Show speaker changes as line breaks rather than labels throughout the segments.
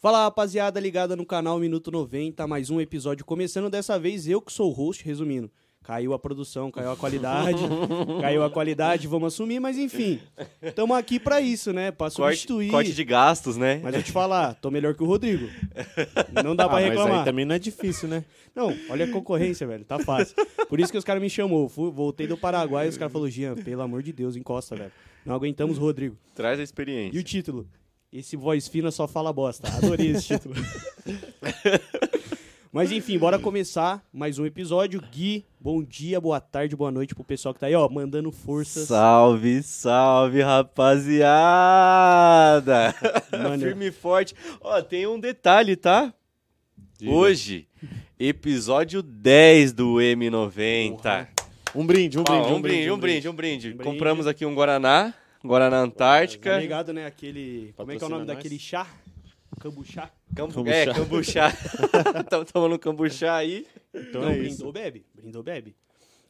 Fala rapaziada, ligada no canal Minuto 90, mais um episódio começando. Dessa vez eu que sou o host, resumindo. Caiu a produção, caiu a qualidade, caiu a qualidade, vamos assumir, mas enfim. Estamos aqui pra isso, né? Pra
Corte,
substituir.
corte de gastos, né?
Mas eu te falar, tô melhor que o Rodrigo. Não dá
Ah,
pra
Mas aí
reclamar.
também não é difícil, né?
Não, olha a concorrência, velho. Tá fácil. Por isso que os caras me chamou. Fui- voltei do Paraguai e os caras falaram, Jean, pelo amor de Deus, encosta, velho. Não aguentamos o Rodrigo.
Traz a
E
experiência.
o título? Esse voz fina só fala bosta. Adorei esse título. Mas enfim, bora começar mais um episódio. Gui, bom dia, boa tarde, boa noite pro pessoal que tá aí, ó, mandando forças.
Salve, salve, rapaziada!
Mano.
Firme e forte. Ó, tem um detalhe, tá?
Diga.
Hoje, episódio 10 do M90.
Um brinde, um
Ó,
brinde,
um brinde, um brinde, um brinde.
Um brinde.
Compramos aqui um Guaraná, Guaraná Antártica.
Obrigado, né? Aquele. Como é que é o nome
Patrocina nós.
daquele chá? Cambuchá?
Cambu-
Cambuchá.
É, cambuchá. Tamo tomando um cambuchá aí. um
Então
Não,
é isso.
brindou, bebe. Brindou, bebe.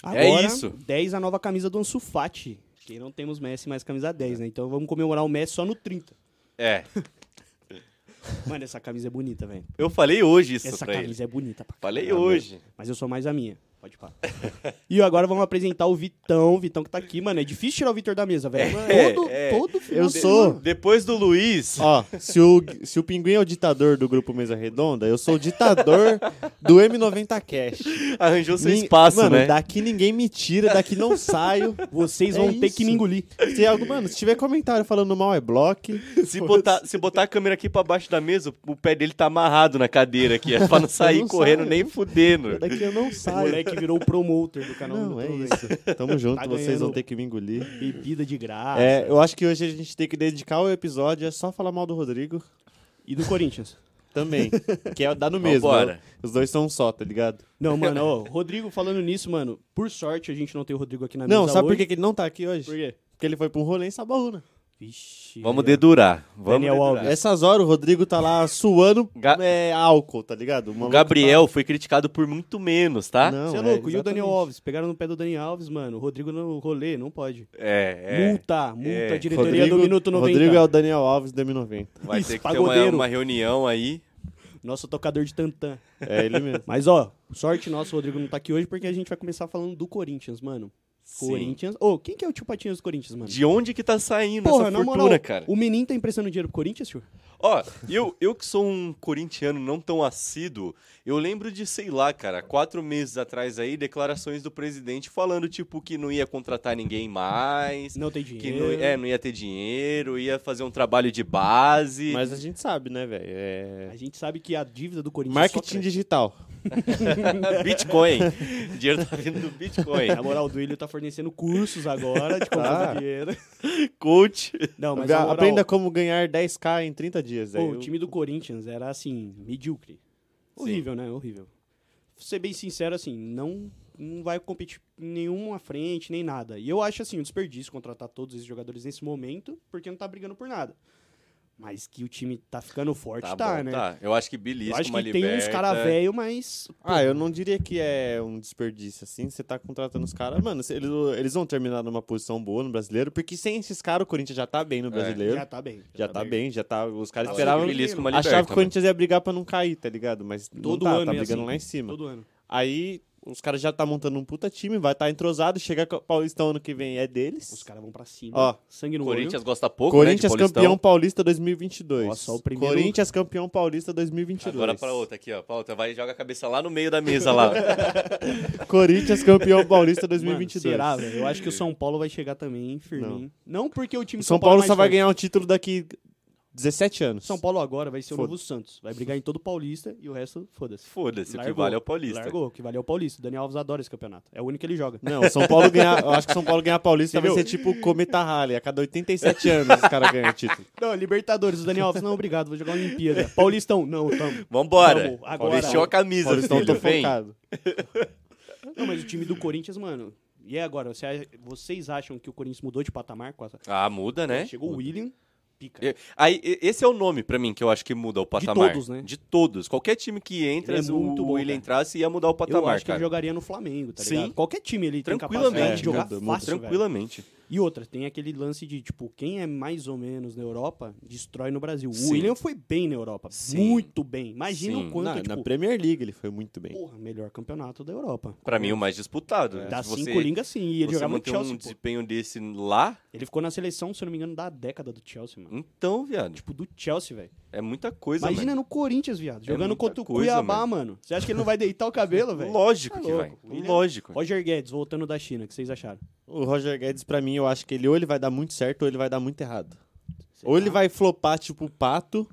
É isso.
10 a nova camisa do Ansu Fati. Que não temos Messi, mas camisa 10, né? Então vamos comemorar o Messi só no 30.
É,
Mano, essa camisa é bonita, velho.
eu falei hoje isso
Essa
pra ele.
camisa é bonita pra
Falei
caramba.
hoje.
Mas eu sou mais a minha. Pode parar. e agora vamos apresentar o Vitão. O Vitão que tá aqui, mano. É difícil tirar o Vitor da mesa, velho.
É,
todo,
é.
todo final
Eu
de
sou-
semana.
Depois do Luiz,
Ó, se o, se o Pinguim é o ditador do grupo Mesa Redonda, eu sou o ditador do M90 Cash.
arranjou seu
Nin-
espaço,
mano,
né?
daqui ninguém me tira, daqui não saio.
Vocês
É
vão ter
isso.
que me engolir.
Se, algo, mano, se tiver comentário falando mal, é bloco.
Se botar, se botar a câmera aqui pra baixo da mesa, o pé dele tá amarrado na cadeira aqui, é pra não sair
não
correndo
saio.
nem fudendo.
Daqui eu não
O
saio.
moleque virou o promoter
tá
do canal.
Ah, é. Não,
do
é
Tudo Bem.
isso. Tamo junto,
Tá
vocês
ganhando-
vão ter que me engolir.
Bebida de
Ah,
graça.
É, eu acho que hoje a gente tem que dedicar o episódio, é só falar mal do Rodrigo
E do Corinthians.
também. que é dar no mesmo.
Vambora.
né? Os dois são um só, tá ligado?
Não, mano, ó. Rodrigo falando nisso, mano. Por sorte, a gente não tem o Rodrigo aqui na mesa
Não, sabe por
hoje.
que que ele não tá aqui hoje?
Por quê?
Porque ele foi pra um rolê em Sabaúna.
Vixe.
Vamos
velho.
dedurar. Vamos
Daniel
dedurar.
Alves.
Essas horas o Rodrigo tá lá suando
Ga-
é, álcool, tá ligado? O
O
maluco
Gabriel foi criticado por muito menos, tá?
tá- Não,
Você é
é,
louco. E o Daniel
exatamente.
Alves? Pegaram no pé do Daniel Alves, mano. O Rodrigo no rolê, não pode.
É, é.
Multa, multa,
É.
diretoria do Minuto 90.
Rodrigo é o Daniel Alves do M90.
Vai
Isso,
ter que ter uma,
pagodeiro.
uma reunião aí.
Nosso tocador de tantã.
É ele mesmo.
Mas, ó, sorte nossa, o Rodrigo não tá aqui hoje, porque a gente vai começar falando do Corinthians, mano.
Sim.
Corinthians. Ô, quem que é o tio Patinhas do Corinthians, mano?
De onde que tá saindo essa
na
fortuna,
moral,
cara?
o menino tá emprestando dinheiro pro Corinthians, tio?
Ó, eu, eu que sou um corintiano não tão assíduo, eu lembro de, sei lá, cara, quatro meses atrás aí, declarações do presidente falando, tipo, que não ia contratar ninguém mais,
Não tem
que
dinheiro.
não, é, não ia ter dinheiro, ia fazer um trabalho de base.
Mas a gente sabe, né, velho? É...
A gente sabe que a dívida do Corinthians
Marketing
só cresce.
digital.
Bitcoin. o dinheiro tá vindo do Bitcoin.
Na moral, o Duílio tá fornecendo cursos agora de como
Tá.
Ah.
fazer dinheiro.
Coach.
Não, mas
Vê-
na moral,
Aprenda como ganhar 10k em 30 dias.
pô,
aí
o
eu-
time do Corinthians era, assim, medíocre. Horrível, né? Horrível. Ser bem sincero, assim, não, não vai competir nenhum à frente, nem nada. E eu acho, assim, um desperdício contratar todos esses jogadores nesse momento, porque não tá brigando por nada. Mas que o time tá ficando forte, tá,
bom,
né?
tá. Eu acho que
Eu
belisco,
acho que
uma
tem uns
liberta.
caras velho, mas.
Ah, eu não diria que é um desperdício, assim. Você tá contratando os caras. Mano, cê- eles, eles vão terminar numa posição boa no brasileiro, porque sem esses caras o Corinthians já tá bem no brasileiro.
Já tá bem.
Já tá bem, já tá. Os caras
Tá
esperavam.
subindo, belisco, uma
Achava
liberta,
que o Corinthians ia brigar pra não cair, tá ligado? Mas
Todo
não tá,
ano
tá
é
brigando
assim.
lá em cima.
Todo ano.
Aí os caras já tá montando um puta time, vai tá entrosado, chega com o Paulistão ano que vem é deles.
Os caras vão pra cima.
Ó,
sangue no
Corinthians
olho.
gosta pouco,
Corinthians
né, de Paulistão.
campeão paulista 2022.
Ó, só o primeiro-
Corinthians campeão paulista 2022.
Agora pra outra aqui, ó. Pra outra. Vai e joga a cabeça lá no meio da mesa lá.
Corinthians campeão paulista
Mano,
2022.
será, velho? Eu acho que o São Paulo vai chegar também, firme.
Não.
hein? Não, porque o time
O
do
São Paulo
é
só
mais
vai
forte.
ganhar o título daqui 17 anos.
São Paulo agora vai ser o
Foda-se.
novo Santos. Vai brigar em todo o Paulista e o resto, foda-se.
Foda-se, o que
Largou.
vale é o Paulista.
Largou, o que vale é o Paulista. O Daniel Alves adora esse campeonato. É o único que ele joga.
Não, São Paulo ganhar. Eu acho que São Paulo ganhar paulista
Você viu?
vai ser tipo o Cometa Halley. A cada 87 anos os caras ganham o título.
Não, Libertadores, o Daniel Alves, não, obrigado, vou jogar Olimpíada. Paulistão, não, tamo.
Vambora.
Vamos, agora.
Vestiu a camisa,
Paulistão
filho,
tô
vem.
focado.
Não, mas o time do Corinthians, mano. E é agora, Você acha- vocês acham que o Corinthians mudou de patamar? com essa-
Ah, muda, né?
Chegou o William, pica.
E- Aí, e- esse é o nome pra mim que eu acho que muda o patamar.
todos, né?
De todos. Qualquer time que entra,
Ele é
se
muito
o
bom,
William
cara.
entrasse, ia mudar o
Eu
patamar,
acho que é um ele
cara.
jogaria no Flamengo, tá ligado?
Sim.
Qualquer time ele tem
Tranquilamente, é,
capacidade de jogar
muda, muda.
fácil, velho.
Tranquilamente.
E outra, tem aquele lance de, tipo, quem é mais ou menos na Europa, destrói no Brasil.
Sim.
O William foi bem na Europa.
Sim.
Muito bem. Imagina
Sim.
o quanto,
na,
tipo,
na Premier League ele foi muito bem.
porra, melhor campeonato da Europa.
Pra mim, o mais disputado. né?
Das
Se você-
É. cinco ligas, sim. E ele
você
jogava no
manter
Chelsea,
um
pô.
desempenho desse lá,
Ele ficou na seleção, se eu não me engano, da década do Chelsea, mano.
então, viado,
Tipo, do Chelsea, velho.
é muita coisa,
Imagina
mano. É
no Corinthians, viado. Jogando
muita
contra o
coisa,
Cuiabá, mano. Você acha que ele não vai deitar o cabelo, velho?
Lógico
Tá
que vai.
louco. William-
Lógico.
Roger Guedes, voltando da China, o que vocês acharam?
O Roger Guedes, pra mim, eu acho que ele ou ele vai dar muito certo ou ele vai dar muito errado. Ou
Ah,
ele vai flopar tipo o pato.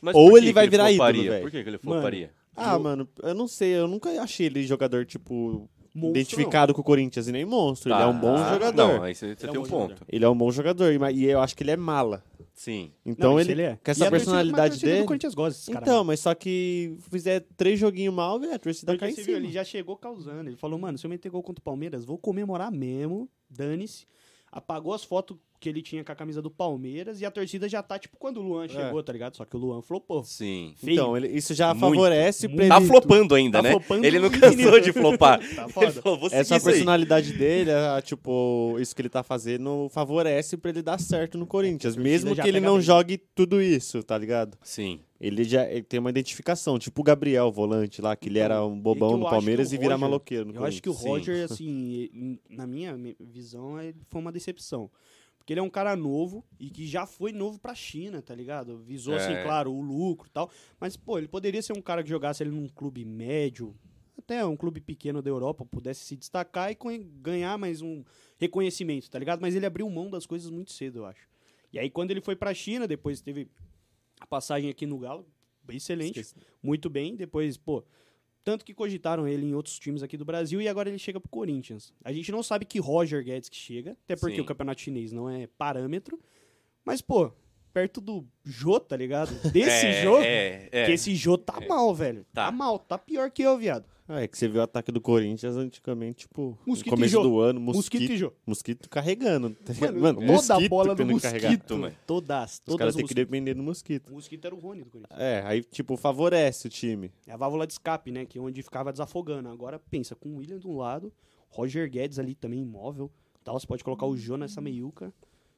Mas
Ou
por que
ele
que
vai virar ídolo,
floparia?
velho.
Por que, que ele
Mano,
floparia?
Ah, mano, eu não sei, eu nunca achei ele jogador, tipo,
Monstro,
identificado com o Corinthians e nem monstro.
Tá,
Ele é um bom
ah,
jogador.
Não, aí você, você
Ele é
tem
um
um
bom
ponto.
jogador.
Ele é um bom jogador, e ma- e eu acho que ele é mala.
Sim.
Então
Não, isso
ele,
é. E
com essa
a torcida- mas a
personalidade
torcida
dele.
do Corinthians gosta desses caras.
Então, mas só que fizer três joguinhos mal, velho, a torcida
Porque
cai em
você viu,
cima.
ele já chegou causando. Ele falou, mano, se eu meter gol contra o Palmeiras, vou comemorar mesmo, dane-se. Apagou as fotos que ele tinha com a camisa do Palmeiras e a torcida já tá, tipo, quando o Luan chegou, tá ligado? Só que o Luan flopou.
Sim.
Feio.
Então, ele- isso já
Muito.
favorece pra
Tá
ele-
flopando ainda,
Tá
né?
flopando
ele não
muito.
cansou de flopar.
Tá
Ele
foda.
falou, vou seguir
Essa
isso aí.
personalidade dele, a- tipo, isso que ele tá fazendo, favorece pra ele dar certo no Corinthians.
torcida
mesmo
É, já
que ele
pega
não
bem.
jogue tudo isso, tá ligado?
Sim.
Ele já ele tem uma identificação, tipo o Gabriel, volante lá, que ele
Então,
era um
é que
bobão
eu
no
acho
Palmeiras
que
e
o
virar
Roger-
maloqueiro no
Eu acho que o
Corinthians.
Roger, assim, em- na minha me- visão, ele foi uma decepção. Porque ele é um cara novo e que já foi novo pra China, tá ligado? Visou, assim,
É.
claro, o lucro e tal. Mas, pô, ele poderia ser um cara que jogasse ali num clube médio, até um clube pequeno da Europa, pudesse se destacar e conhe- ganhar mais um reconhecimento, tá ligado? Mas ele abriu mão das coisas muito cedo, eu acho. E aí, quando ele foi pra China, depois teve a passagem aqui no Galo, excelente
Esqueci.
muito bem. Depois, pô, tanto que cogitaram ele em outros times aqui do Brasil e agora ele chega pro Corinthians. A gente não sabe que Roger Guedes que chega, até porque
Sim.
o campeonato chinês não é parâmetro. Mas, pô, perto do Jô, tá ligado? Desse
É,
jogo.
É, é.
Que esse Jô tá
É.
mal, velho.
Tá.
Tá. mal, tá pior que eu, viado.
Ah, é que você viu o ataque do Corinthians antigamente, tipo,
Mosquito
no
e
começo
Jô.
do ano,
Mosquito,
mosquito,
e Jô.
mosquito carregando. tá ligado?
Mano,
Mano,
toda a
mosquito
bola do
tendo que carregar.
mosquito.
mano.
Todas,
Os
todas
caras
o
têm que
mosquito.
depender do mosquito.
O mosquito era o Rony do Corinthians.
É, aí, tipo, favorece o time.
É a válvula de escape, né? Que é onde ficava desafogando. Agora pensa, com o William de um lado, Roger Guedes ali também imóvel. Tal, você pode colocar o Jô nessa meiuca.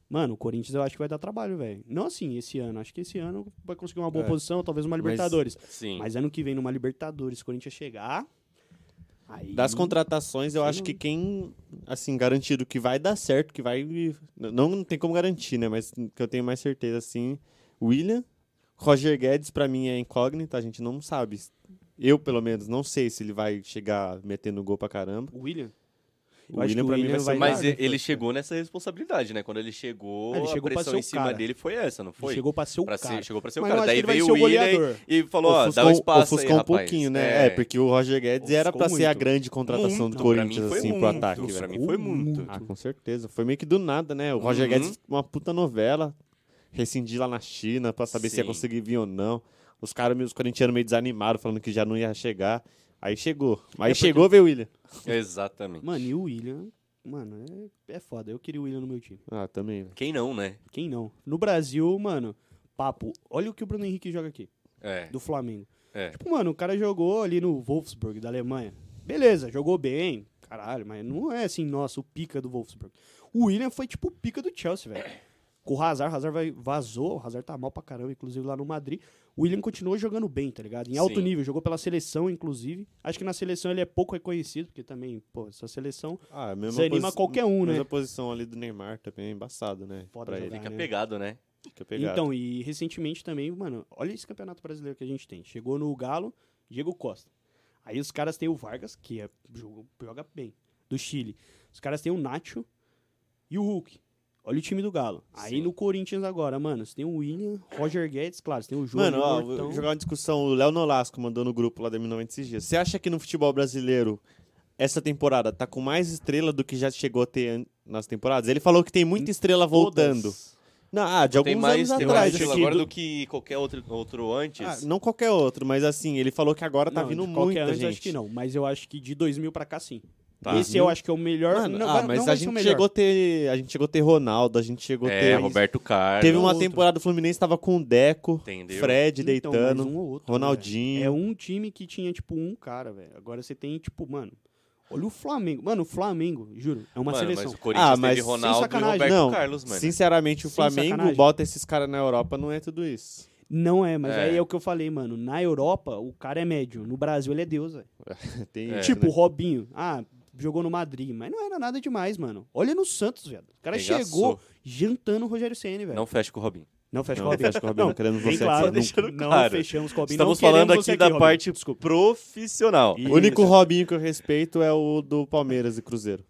Mano, o Corinthians eu acho que vai dar trabalho, velho. Não assim esse ano. Acho que esse ano vai conseguir uma boa
É.
posição, talvez uma
Mas-
Libertadores.
Sim.
Mas, ano que vem, numa Libertadores, o Corinthians chegar. Aí.
Das contratações, eu
Sei
acho
não.
que quem, assim, garantido que vai dar certo, que vai. Não, não tem como garantir, né? Mas que eu tenho mais certeza, assim. William. Roger Guedes, pra mim, é incógnita, a gente não sabe. Eu, pelo menos, não sei se ele vai chegar metendo gol pra caramba.
O William?
O William, pra mim, vai ser
Mas
Verdade,
e- ele chegou nessa responsabilidade, né? Quando ele chegou,
Ele
a
chegou pra
pressão
ser
em
o
cima
cara.
dele foi essa, não foi?
Chegou pra ser o
pra ser-
cara.
chegou pra ser o
Mas
cara.
eu acho
Daí
que ele vai
veio
ser
o
o
William
goleador.
e falou, ó, dá o espaço aí,
ofuscou um
rapaz.
pouquinho, né? É. porque o Roger Guedes era
Ofuscou
pra ser a
muito.
grande contratação
Muito.
do
Não,
pra mim
Corinthians,
foi
assim, pro
muito.
ataque,
Pra
velho.
mim foi muito.
Ah, com certeza. Foi meio que do nada, né? O Roger
Uhum.
Guedes, uma puta novela. Rescindi lá na China pra saber se ia
Sim.
conseguir vir ou não. Os caras, meio- os corintianos meio desanimados, falando que já não ia chegar. Aí chegou. Aí
É porque-
chegou, veio o William.
Exatamente.
Mano, e o William? Mano, é, é foda. Eu queria o William no meu time.
Ah, também. velho.
Quem não, né?
Quem não? No Brasil, mano, papo. Olha o que o Bruno Henrique joga aqui.
É.
do Flamengo.
É.
Tipo, mano, o cara jogou ali no Wolfsburg da Alemanha. Beleza, jogou bem, caralho, mas não é assim, nossa, o pica do Wolfsburg. O William foi tipo o pica do Chelsea, velho. Com o Hazard, o Hazard vai- vazou, o Hazard tá mal pra caramba, inclusive lá no Madrid. O William continuou jogando bem, tá ligado? Em alto
Sim.
nível, jogou pela seleção, inclusive. Acho que na seleção ele é pouco reconhecido, porque também, pô, essa seleção
Ah, a mesma
Desanima
posi-
qualquer um, né?
mesma posição ali do Neymar também, embaçado, né?
Foda
pra
jogar.
ele.
Fica
né?
pegado, né?
Fica pegado.
Então, e recentemente também, mano, olha esse campeonato brasileiro que a gente tem. Chegou no Galo, Diego Costa. Aí os caras têm o Vargas, que é, joga, joga bem, do Chile. Os caras têm o Nacho e o Hulk. Olha o time do Galo. Aí
Sim.
no Corinthians agora, mano, você tem o William, Roger Guedes, claro, você tem o João
Mano, ó, tá
Mortão.
vou jogar uma discussão. O Léo Nolasco mandou no grupo lá da M90 esses dias. Você acha que no futebol brasileiro, essa temporada tá com mais estrela do que já chegou a ter an- nas temporadas? Ele falou que tem muita estrela voltando.
Todas.
Não, ah, de
Tem
alguns
mais,
anos
tem
atrás. assim.
mais
acho
estilo
que
agora
do-
do que qualquer outro, outro antes.
Ah, não qualquer outro, mas assim, ele falou que agora tá
Não,
vindo
de qualquer
muita
antes,
gente.
acho que não, mas eu acho que de 2000 pra cá sim.
Tá.
Esse eu acho que é o melhor.
Mano,
não,
ah,
vai-
mas
não
a
vai ser o
gente
melhor.
chegou a ter, a gente chegou a ter Ronaldo, a gente chegou a
É,
ter
Roberto Carlos.
Teve uma
outro.
temporada o Fluminense tava com o Deco,
Entendeu?
Fred
Então,
deitando,
mas um ou outro, né, velho?
Ronaldinho.
É um time que tinha, tipo, um cara, velho. Agora você tem, tipo, mano, Olha o Flamengo. Mano, o Flamengo, juro, é uma
mano,
seleção.
Mas o Corinthians
Ah, mas
teve
sem
Ronaldo e
sacanagem.
Roberto
não,
Carlos, mano.
sinceramente, o
Sem
Flamengo
sacanagem.
bota esses caras na Europa, não é tudo isso.
Não é, mas
É.
aí é o que eu falei, mano. Na Europa, o cara é médio. No Brasil, ele é deus, velho.
Tem
É.
isso,
tipo, o
né?
Robinho. Ah, jogou no Madrid, mas não era nada demais, mano. Olha no Santos, velho. O cara
Regaçou.
chegou jantando o Rogério Ceni, velho.
Não fecha com o Robin.
Não fecha
Não,
com o Robinho.
fecha com o Robinho, não queremos
bem
você tá
claro,
aqui, nunca.
deixando
não
claro.
fechamos com o Robinho.
Estamos
não queremos
falando
você
aqui da
Robinho.
parte profissional.
E-
O único Robinho que eu respeito é o do Palmeiras e Cruzeiro.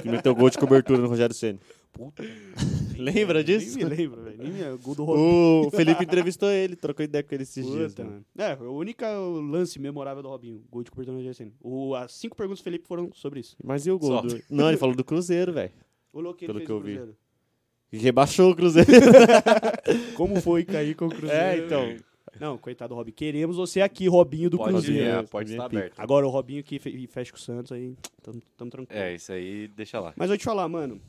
que meteu gol de cobertura no Rogério Ceni. É,
Puta,
Lembra disso?
Nem me lembro, velho. Nem me lembro. Gol do Robinho.
O Felipe entrevistou ele, trocou ideia com ele esses dias. né?
Puta,
mano.
mano. É, o único lance memorável do Robinho. Gol de cobertura no Rogério Ceni. O- As cinco perguntas do Felipe foram sobre isso.
Mas e o
Só.
gol? Do... Não, ele falou do Cruzeiro, velho.
O louco que ele
Pelo
fez
que eu
no
vi.
Cruzeiro.
Rebaixou o Cruzeiro.
Como foi cair com o Cruzeiro?
é, então.
Não, coitado do Robinho. Queremos você aqui, Robinho do
pode
Cruzeiro.
vir, né?
Cruzeiro.
a porta está
Cruzeiro.
aberta.
Agora o Robinho que fe- fecha com o Santos aí, tamo, tamo tranquilo.
É, isso aí deixa lá.
Mas eu te falar, mano,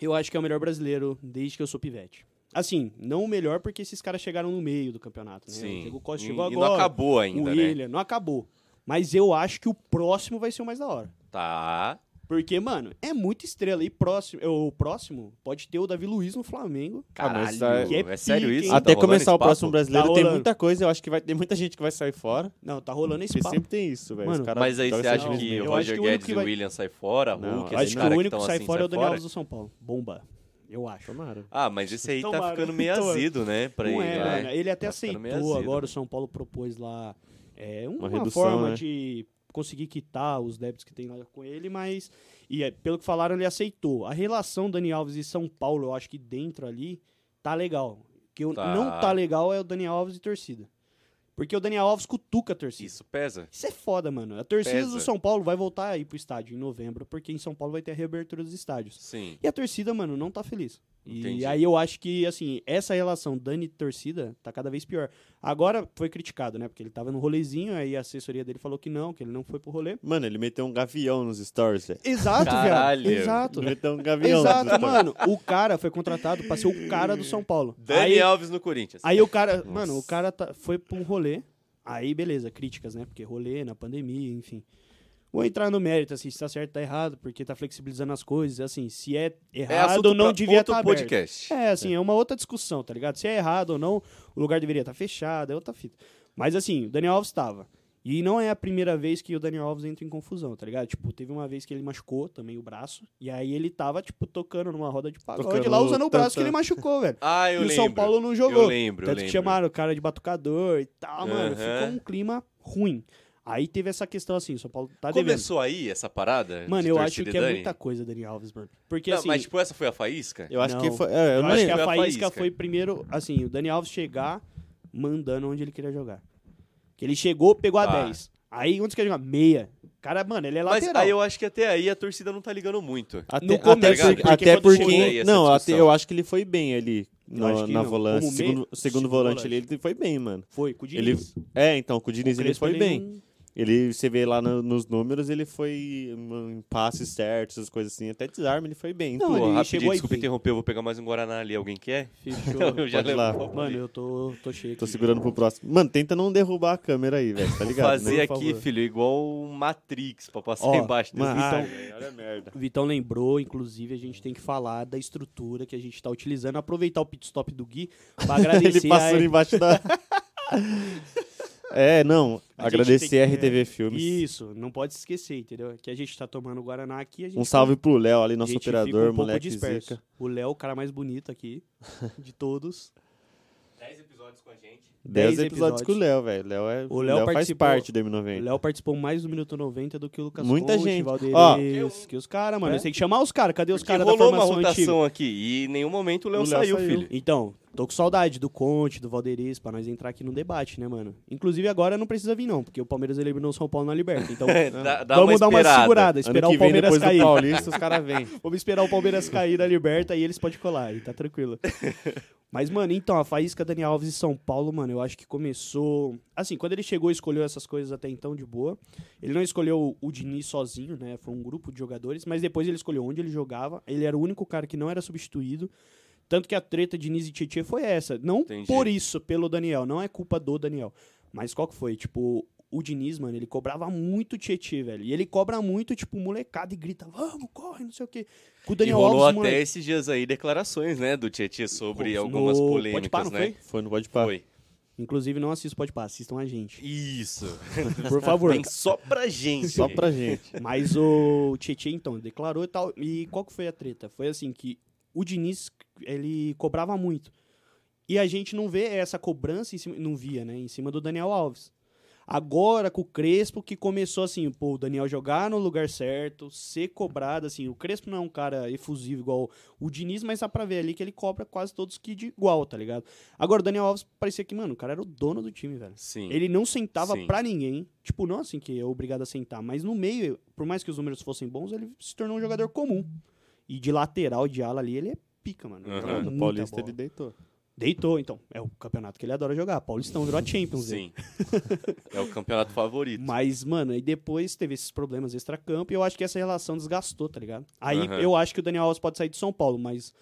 eu acho que é o melhor brasileiro desde que eu sou pivete. Assim, não o melhor porque esses caras chegaram no meio do campeonato, né? O
Sim.
Diego Costa
E-
chegou
e
agora.
não acabou ainda,
o
né?
Willian, não acabou. Mas eu acho que o próximo vai ser o mais da hora.
Tá.
Porque, mano, é muita estrela. E próximo, é, o próximo pode ter o Davi Luiz no Flamengo.
Ah, mas
Caralho,
tá-
que é
é sério
pique,
isso?
hein?
Tá
Até
rolando
começar
esse
o
papo?
próximo brasileiro,
Tá
tem
rolando.
muita coisa. Eu acho que vai ter muita gente que vai sair fora.
Não, tá rolando esse
Porque
papo.
sempre tem isso, velho. Os
Mano,
caras-
Mas aí
talvez
você acha
não,
sejam
que
os
eu
o
acho
melhores.
que
Roger
o único
Guedes
que
e o
vai-
William sai fora,
Não,
Hulk,
acho
esses
Acho que
caras
o
que
único
estão
que sai
assim,
fora é o
sai
Daniel
fora?
Alves do São Paulo. Bomba, eu acho.
Tomara.
Ah, mas esse aí tá
Tomara.
ficando meio
Tomara.
azido, né? Pra
não
ele,
é,
né?
mano. Ele até
Tá ficando meio
aceitou
azedo,
agora,
né?
o São Paulo propôs lá é, uma,
redução,
forma
né?
de conseguir quitar os débitos que tem lá com ele, mas. E é, pelo que falaram, ele aceitou. A relação Dani Alves e São Paulo, eu acho que dentro ali, tá legal. O que eu-
Tá.
não tá legal é o Dani Alves e torcida. Porque o Dani Alves cutuca a torcida. Isso.
Isso pesa.
é foda, mano. A torcida
Pesa.
do São Paulo vai voltar aí pro estádio em novembro, porque em São Paulo vai ter a reabertura dos estádios.
Sim.
E a torcida, mano, não tá feliz.
Entendi.
E aí eu acho que, assim, essa relação Dani e torcida tá cada vez pior. Agora foi criticado, né? Porque ele tava no rolezinho, aí a assessoria dele falou que não, que ele não foi pro rolê.
Mano, ele meteu um gavião nos stories, velho.
Exato,
Caralho.
viado. Exato. né?
Ele meteu um gavião nos
Exato,
stories.
mano. O cara foi contratado pra ser o cara do São Paulo.
Dani
aí,
Alves no Corinthians.
aí o cara, mano, o cara tá- foi pra um rolê. Aí, beleza, críticas, né? Porque rolê na pandemia, enfim. Vou entrar no mérito, assim, se tá certo, tá errado, porque tá flexibilizando as coisas, assim, se é errado,
assunto
não
pra
devia
outro
estar tá aberto.
podcast.
É, assim, é. uma outra discussão, tá ligado? Se é errado ou não, o lugar deveria estar fechado, é outra fita. Mas assim, o Daniel Alves estava. E não é a primeira vez que o Daniel Alves entra em confusão, tá ligado? Tipo, teve uma vez que ele machucou também o braço, e aí ele tava, tipo, tocando numa roda de pagode
Tocando
lá, usando o braço
tanta-
que ele machucou, velho.
Ah, eu
e o
lembro.
São Paulo não
Eu
jogou.
lembro, eu
Tanto que
lembro.
chamaram o cara de batucador e tal, mano.
Aham.
Ficou um clima ruim. Aí teve essa questão assim, o São Paulo tá devendo.
Começou aí essa parada?
Mano,
de
eu acho
torcida
que
e
é
Dani?
muita coisa, Daniel Alves, mano. Porque
Não,
assim...
Mas, tipo, essa foi a faísca?
Eu acho
Não.
que foi. é, eu
Eu
não
acho que
lembro.
a
Foi a
faísca
faísca.
foi primeiro, assim, o Dani Alves chegar mandando onde ele queria jogar. Que ele chegou, pegou
Tá.
a 10. Aí onde você quer jogar? Meia. Cara, mano, ele é
Mas
lateral.
aí eu acho que até aí a torcida não tá ligando muito.
Até,
é No
até
começo,
porque-
porque
até
quando chegou aí
porque.
essa
Não, até-
discussão.
eu acho que ele foi bem ali no-
acho que
na
não.
volante.
Como
Segundo,
meio-
segundo
segundo
volante
volante.
ali, ele foi bem, mano.
Foi, com o
Ele,
Diniz.
é, então, com o Diniz ele
Crespo,
foi bem.
não-
Ele, você vê lá no- nos números, ele foi hum, em passes certos, essas coisas assim. Até desarme ele foi bem.
Não,
Pô,
ele
Pô,
chegou
rapidinho,
aí
desculpa
bem.
interromper, eu vou pegar mais um Guaraná ali. Alguém quer?
Fechou.
eu já
Pode ir
levo.
lá.
um copo
mano,
ali.
eu tô, tô cheio.
Tô
aqui.
segurando pro próximo. Mano, tenta não derrubar a câmera aí, velho. Tá ligado?
fazer
né?
por
aqui,
favor.
filho, igual o Matrix, pra passar
Ó,
embaixo desse
Mano,
Então-
ai, velho, olha a merda.
O Vitão lembrou, inclusive, a gente tem que falar da estrutura que a gente tá utilizando. Aproveitar o pit stop do Gui pra agradecer.
Ele passou
a...
embaixo da. é, não.
A gente
agradecer
tem
a
que-
RTV Filmes.
Isso, não pode se esquecer, entendeu? Que a gente tá tomando Guaraná aqui. A gente
Um salve pro Léo ali, nosso
gente
operador,
fica um pouco
moleque
disperso.
zica.
O Léo, o cara mais bonito aqui de todos. então-
10 episódios com a gente.
Dez
Dez
episódios
episódios.
com o Léo, velho. Léo é,
O Léo
faz
participou-
parte do
O
M90.
Léo participou mais do Minuto 90 do que o Lucas
Muita
Conte,
gente.
Valdeires,
Ó, É?
que os caras, mano. Você tem que chamar os caras. Cadê os
Porque
caras da
rolou uma
formação antiga?
rotação aqui e em nenhum momento o Léo
O Léo
saiu,
saiu.
filho.
Então, tô com saudade do Conte, do Valdeires, pra nós entrar aqui no debate, né, mano? Inclusive agora não precisa vir não, porque o Palmeiras eliminou o São Paulo na Liberta. Então,
Dá, dá
vamos
uma
dar uma
esperada.
segurada, esperar
Ano que
o
vem,
Palmeiras
depois
cair.
do Paulista, os caras vêm.
Vamos esperar o Palmeiras cair da liberta e eles podem colar, aí tá tranquilo. Mas, mano, então, a faísca Dani Alves e São Paulo, mano, eu acho que começou. Assim, quando ele chegou e escolheu essas coisas até então de boa. Ele não escolheu o Diniz sozinho, né? Foi um grupo de jogadores, mas depois ele escolheu onde ele jogava. Ele era o único cara que não era substituído. Tanto que a treta Diniz e Tietchan foi essa. Não
Entendi.
por isso, pelo Daniel. Não é culpa do Daniel. Mas qual que foi? Tipo, o Diniz, mano, ele cobrava muito o Tietchan, velho. E ele cobra muito, tipo, molecada e grita, vamos, corre, não sei o quê. Com o
E
Daniel
rolou
Alves,
até
moleque.
esses dias aí declarações, né, do Tietchan sobre
No-
algumas
Pode Pá,
polêmicas,
não
né?
Foi, não pode parar.
Foi.
Inclusive, não assisto Pode Pá, assistam a gente.
Isso.
Por favor.
Tem só pra gente.
Só pra gente.
Mas o Tietchan, então, declarou e tal. E qual que foi a treta? Foi assim que o Diniz, ele cobrava muito. E a gente não vê essa cobrança, em cima, não via, né? Em cima do Daniel Alves. Agora, com o Crespo, que começou assim, pô, o Daniel jogar no lugar certo, ser cobrado, assim. O Crespo não é um cara efusivo igual o Diniz, mas dá pra ver ali que ele cobra quase todos que de igual, tá ligado? Agora, o Daniel Alves parecia que, mano, o cara era o dono do time, velho.
Sim.
Ele não sentava
Sim.
pra ninguém. Tipo, não assim que é obrigado a sentar, mas no meio, por mais que os números fossem bons, ele se tornou um jogador comum. E de lateral, de ala ali, ele é pica, mano.
Aham.
Joga
No
muita
Paulista
bola.
ele deitou.
Deitou, então. É o campeonato que ele adora jogar. Paulistão virou a Champions. Sim.
Sim. é o campeonato favorito.
Mas, mano, e depois teve esses problemas extra-campo e eu acho que essa relação desgastou, tá ligado? Aí
Aham.
eu acho que o Daniel Alves pode sair de São Paulo, mas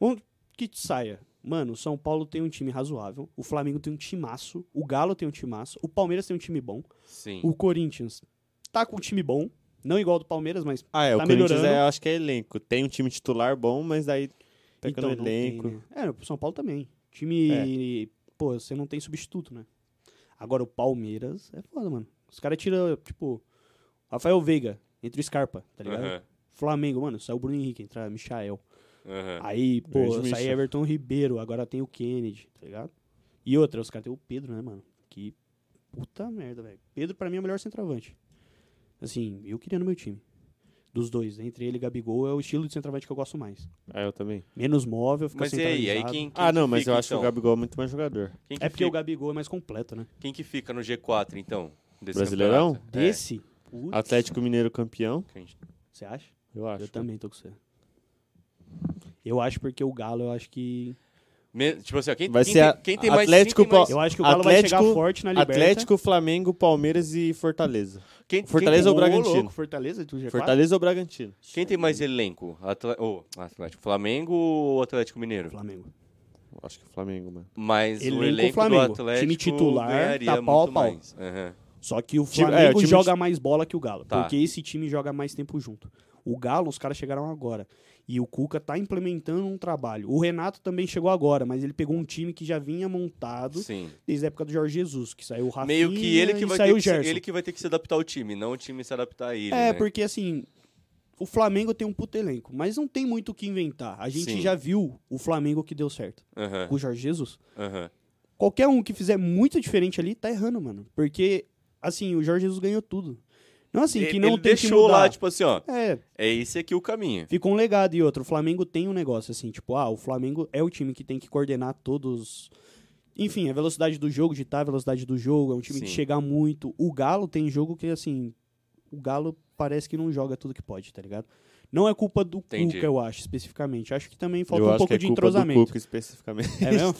onde que saia? Mano, o São Paulo tem um time razoável, o Flamengo tem um timaço, o Galo tem um timaço, o Palmeiras tem um time bom.
Sim.
O Corinthians tá com um time bom, não igual ao do Palmeiras, mas
Ah, é,
Tá
o Corinthians
melhorando.
é, eu acho que é elenco. Tem um time titular bom, mas daí peca
então
no
não tem,
Tá elenco.
né? É, o São Paulo também. Time, pô, você não tem substituto, né? Agora o Palmeiras é foda, mano. Os caras tiram, tipo, Rafael Veiga entre o Scarpa, tá ligado?
Aham,
Flamengo, mano, saiu o Bruno Henrique, entra Michael.
aham.
Aí, pô,
Grande
sai
Michel.
Everton Ribeiro, agora tem o Kennedy, tá ligado? E outra, os caras tem o Pedro, né, mano? Que puta merda, velho. Pedro, pra mim, é o melhor centroavante. Assim, eu queria no meu time. Dos dois, entre ele e Gabigol, é o estilo de centroavante que eu gosto mais.
Ah, eu também.
Menos móvel, fica
Mas e aí? Aí
centralizado.
quem, quem
ah, não,
que
mas
fica,
eu acho
então?
que o Gabigol é muito mais jogador.
Quem que
É porque o
fica,
Gabigol é mais completo, né?
quem que fica no G4, então? desse
Brasileirão?
campeonato? É,
Desse, putz,
Atlético Mineiro campeão,
que a gente-
você acha?
eu acho.
Eu
é.
também tô com você. Eu acho porque o Galo, eu acho que...
Me- Tipo assim, ó, quem,
Vai
quem
ser a-
tem, quem tem mais,
Atlético,
quem tem mais-
Eu acho que o Galo vai chegar
Atlético-
forte na Liberta.
Atlético, Flamengo, Palmeiras e Fortaleza.
quem- quem
Fortaleza
tem-
ou Bragantino?
Ô, louco, Fortaleza, tu já é
Fortaleza ou Bragantino?
Quem tem mais elenco? Atla- ô, Atlético Flamengo ou Atlético Mineiro?
Flamengo.
Eu Acho que é Flamengo, mano.
Mas
Elenco
o elenco
Flamengo.
do Atlético
Time titular,
ganharia
tá pau a
muito
pau.
mais. Aham.
Só que o
Time- é, o
Flamengo
time
joga mais bola que o Galo,
Tá.
porque esse time joga mais tempo junto. O Galo, os caras chegaram agora. E o Cuca tá implementando um trabalho. O Renato também chegou agora, mas ele pegou um time que já vinha montado
Sim.
desde a época do Jorge Jesus, que saiu o Rafinha
Meio que ele que
e
vai ter
saiu o
que se,
Gerson.
ele que vai ter que se adaptar ao time, não o time se adaptar a ele,
É,
né?
porque assim, o Flamengo tem um puto elenco, mas não tem muito o que inventar. A gente
Sim. É.
já viu o Flamengo que deu certo
Aham,
com o Jorge Jesus.
aham.
qualquer um que fizer muito diferente ali tá errando, mano. Porque, assim, o Jorge Jesus ganhou tudo. Não assim, que
Ele-
não
ele
tem que
deixou
mudar.
lá, tipo assim, ó,
É,
é esse aqui o caminho.
ficou um legado e outro. O Flamengo tem um negócio assim, tipo, ah, o Flamengo é o time que tem que coordenar todos... Enfim, a velocidade do jogo, ditar a velocidade do jogo, é um time de
Sim.
chegar muito. O Galo tem jogo que, assim, o Galo parece que não joga tudo que pode, tá ligado? Não é culpa do
Entendi.
Cuca, eu acho, especificamente. Acho que também
eu
falta um
acho
pouco
que é
de
culpa do
entrosamento.
Cuca, especificamente.
É mesmo?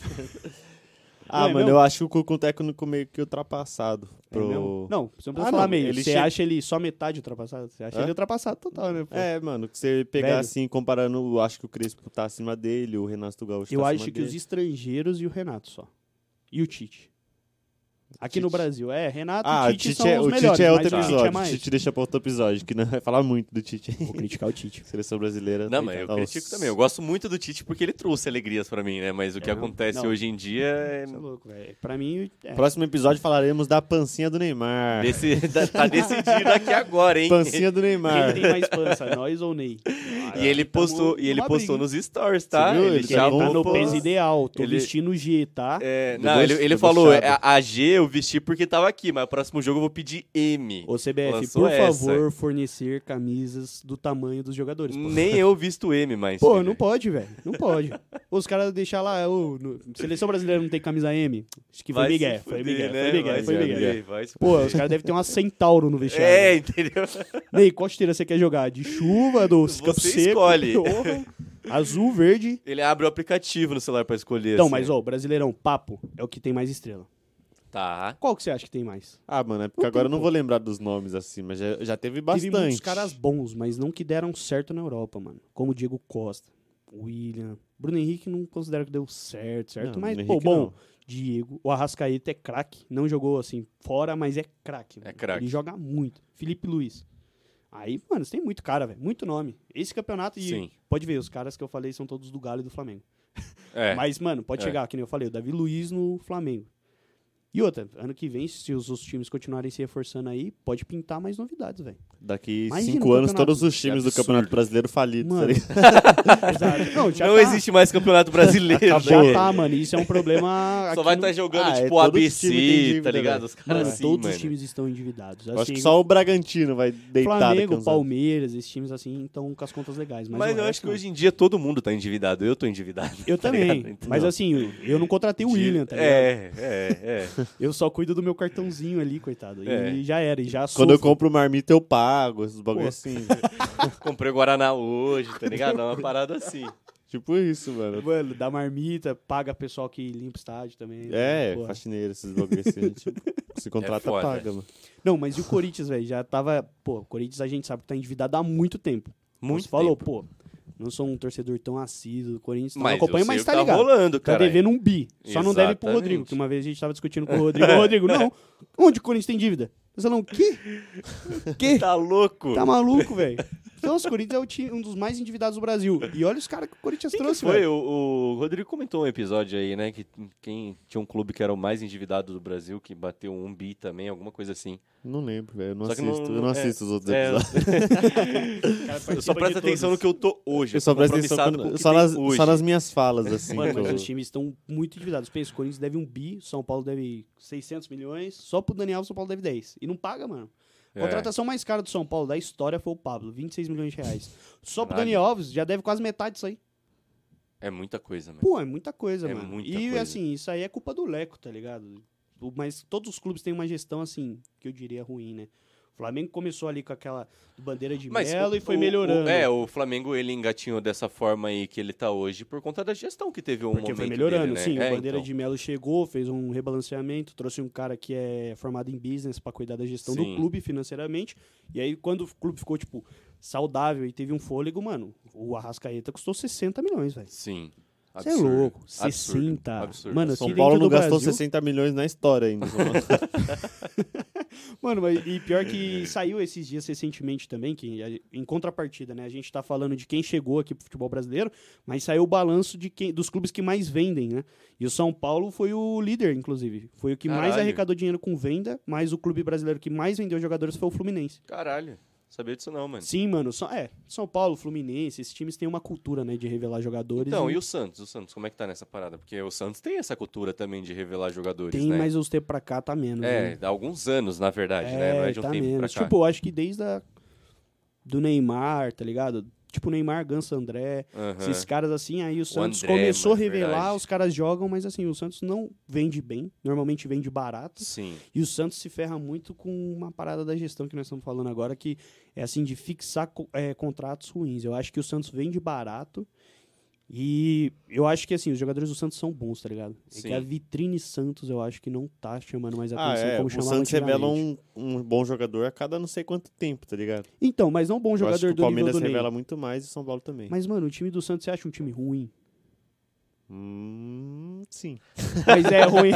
é
ah, mano,
mesmo?
eu acho que o Cuca é um técnico meio que ultrapassado.
É mesmo?
Pro...
Não, você não precisa
Ah,
falar
não,
meio.
ele
Você
che-
acha ele só metade ultrapassado? Você acha
Hã?
ele ultrapassado total, né? pô?
É, mano, que você pegar
Velho.
assim, comparando, eu acho que o Crespo tá acima dele, o Renato Gaúcho
Eu
tá
acho
acima
que os
dele.
estrangeiros e o Renato só. E o Tite. Aqui no
Tite.
Brasil. É, Renato
Ah,
e
o
Tite,
Tite,
são
é,
os
o
melhores.
Tite é outro
mas
episódio.
O
O
Tite é mais.
Tite deixa pra outro episódio, que não vai falar muito do Tite.
Vou criticar o Tite.
Seleção brasileira.
Não, mas eu
Nossa.
critico também. Eu gosto muito do Tite porque ele trouxe alegrias pra mim, né? Mas o que
mesmo?
acontece
Não.
hoje em dia é
Você é louco, velho. Pra mim, é.
Próximo episódio falaremos da pancinha do Neymar.
desse, da- tá decidido aqui agora, hein?
Pancinha do
quem
Neymar.
tem mais pança, nós ou Ney? Ah,
E ele
tamo
postou, e ele
numa
postou
briga.
nos stories, tá?
Você viu?
Ele
Ele
já
tá
Tá no
pô-
peso ideal, tô
Ele-
vestindo G, tá?
É,
Do
não, ele,
gosto-
ele
do
falou,
gostado.
"É, a G eu vesti porque tava aqui, mas o próximo jogo eu vou pedir M.
Ô CBF,
lançou
por
essa.
favor, fornecer camisas do tamanho dos jogadores. pô.
Nem eu visto M, mas. é.
Pô, não pode, velho. Não pode. Os caras deixar lá. ô, no- seleção brasileira não tem camisa M? Acho que foi
Vai se
Miguel. Foi
fuder,
Miguel.
né?
Foi
Vai
Miguel. Foi
se
Miguel.
fuder, vai se
Pô,
fuder.
os caras devem ter uma centauro no vestiário.
É,
É.
entendeu?
Ney, qual chuteira você quer jogar? De chuva, do
Você
campo seco?
escolhe.
Porra. Azul, verde.
Ele abre o aplicativo no celular pra escolher.
Então,
assim.
mas ó, o Brasileirão, papo, é o que tem mais estrela.
Tá.
Qual que você acha que tem mais?
Ah, mano, é porque agora eu não vou lembrar dos nomes assim, mas já, já teve bastante.
Teve muitos caras bons, mas não que deram certo na Europa, mano. Como o Diego Costa. William. Bruno Henrique não considero que deu certo, certo?
Não,
mas,
Bruno
pô,
Henrique
bom,
não.
Diego. O Arrascaeta é craque. Não jogou assim fora, mas é craque. velho.
craque.
Ele joga muito. Felipe Luiz. Aí, mano, você tem muito cara, velho. Muito nome. Esse campeonato, e
Sim.
pode ver, os caras que eu falei são todos do Galo e do Flamengo.
É,
Mas, mano, pode
É.
chegar, que nem eu falei, o Davi Luiz no Flamengo. E outra, ano que vem, se os, os times continuarem se reforçando aí, pode pintar mais novidades, velho.
Daqui
Imagina
cinco
o
anos,
campeonato.
todos os times do
absurdo.
Campeonato Brasileiro falidos. tá
Mano,
ligado?
Exato. Não, já
não
tá.
existe mais campeonato brasileiro.
Já
né?
tá, mano. Isso é um problema.
Só
aqui
vai
no-
estar jogando,
Ah, é,
tipo,
todo
ABC,
time tem
tá
dívida,
ligado?
velho.
Os caras
Mano,
assim,
todos
mano.
os times estão endividados.
Eu Acho que
Assim,
só o Bragantino vai deitar daqui a
Flamengo,
uns anos.
Palmeiras, esses times assim estão com as contas legais. Mas,
Mas
o
eu acho
resto,
que
não.
hoje em dia todo mundo tá endividado. Eu tô endividado.
Eu
tá
também.
ligado? Então,
mas assim, eu, eu não contratei o
de-
William, tá ligado?
É, é, é.
Eu só cuido do meu cartãozinho ali, coitado. E
É.
já era, e já
Quando eu
sofro.
compro marmita, eu pago, esses bagulho
Pô.
assim.
Comprei Guaraná hoje, tá ligado? Não, é uma parada assim.
tipo isso, mano.
Mano, dá marmita, paga pessoal que limpa o estádio também.
É,
Porra.
faxineiro, esses bagulho assim. tipo, se contrata,
É foda.
paga, mano.
Não, mas e o Corinthians, velho? Já tava. Pô, o Corinthians a gente sabe que tá endividado há muito tempo.
Muito
Você falou,
tempo.
pô, não sou um torcedor tão assíduo do Corinthians, não
Mas
acompanho,
eu sei
mas
o
tá
que tá
ligado.
rolando,
Tá
cara.
devendo um bi. Só não deve pro
Exatamente.
Rodrigo, que uma vez a gente tava discutindo com o Rodrigo. Ô, Rodrigo, não. Onde o Corinthians tem dívida? Eu falei, o quê? O quê?
Tá louco?
Tá maluco, velho? Então, os Corinthians é o time- um dos mais endividados do Brasil. E olha os caras que o Corinthians
Quem que
trouxe,
foi?
velho.
O, o Rodrigo comentou um episódio aí, né? Que quem tinha um clube que era o mais endividado do Brasil, que bateu um bi também, alguma coisa assim.
Não lembro, velho. Eu não
Só que
assisto.
não-
eu não
é,
assisto os outros
é,
episódios.
eu só presto atenção no que eu tô hoje.
Eu só
tô
presto atenção
compromissado
quando-
com o que
só,
tem
nas,
hoje.
só nas minhas falas, assim.
Mano,
que
mas
eu-
os times estão muito endividados. Pensa, o Corinthians deve um bi, São Paulo deve 600 milhões, só pro Daniel o São Paulo deve 10. E não paga, mano. A
É.
contratação mais cara do São Paulo da história foi o Pablo, 26 milhões de reais. Só pro
Caralho.
Dani Alves já deve quase metade disso aí.
É muita coisa, mano.
Pô, é muita coisa,
É
mano.
muita
e
coisa.
assim, isso aí é culpa do Leco, tá ligado? O- Mas todos os clubes têm uma gestão assim, que eu diria ruim, né? O Flamengo começou ali com aquela bandeira de melo
o-
e foi
o-
melhorando.
o- é, o Flamengo ele engatinhou dessa forma aí que ele tá hoje por conta da gestão que teve um
Porque
momento
foi melhorando,
dele, né?
sim.
É,
o Bandeira
então.
de Melo chegou, fez um rebalanceamento, trouxe um cara que é formado em business pra cuidar da gestão
Sim.
do clube financeiramente. E aí, quando o clube ficou, tipo, saudável e teve um fôlego, mano, o Arrascaeta custou 60 milhões, velho.
Sim.
Você é
Absurdo.
louco.
Absurdo.
60.
Absurdo.
Mano,
São
aqui
Paulo
dentro
não
do
gastou
Brasil-
60 milhões na história ainda.
Mano, mas, e pior que saiu esses dias recentemente também, que a- em contrapartida, né? A gente tá falando de quem chegou aqui pro futebol brasileiro, mas saiu o balanço de quem, dos clubes que mais vendem, né? E o São Paulo foi o líder, inclusive. Foi o que mais
Caralho.
arrecadou dinheiro com venda, mas o clube brasileiro que mais vendeu jogadores foi o Fluminense.
Caralho. Não Sabia disso não, mano.
Sim, mano. Só, é, São Paulo, Fluminense, esses times têm uma cultura, né, de revelar jogadores.
Então,
e
e o Santos? O Santos, como é que tá nessa parada? Porque o Santos tem essa cultura também de revelar jogadores,
tem
né?
mais os tempos pra cá, tá menos. né?
É, há alguns anos, na verdade, né? Não é de um
tá
tempo
menos.
pra cá.
Tipo, eu acho que desde a... do Neymar, tá ligado? Tipo, Neymar, Ganso, André,
Aham.
esses caras assim, aí o Santos
André,
começou
mano, é
a revelar,
verdade.
os caras jogam, mas assim, o Santos não vende bem, normalmente vende barato,
Sim.
e o Santos se ferra muito com uma parada da gestão que nós estamos falando agora, que é assim, de fixar co- é, contratos ruins. Eu acho que o Santos vende barato, e eu acho que assim, os jogadores do Santos são bons, tá ligado? É
Sim.
que a vitrine Santos eu acho que não tá chamando mais atenção
ah, é.
como
O
chamava
Santos revela
antigamente.
um, um bom jogador a cada não sei quanto tempo, tá ligado?
Então, mas não bom
Eu acho que
jogador
o
do nível
Palmeiras
do Ney.
revela muito mais e o São Paulo também.
Mas, mano, o time do Santos, você acha um time ruim?
Hum, sim.
Mas é ruim,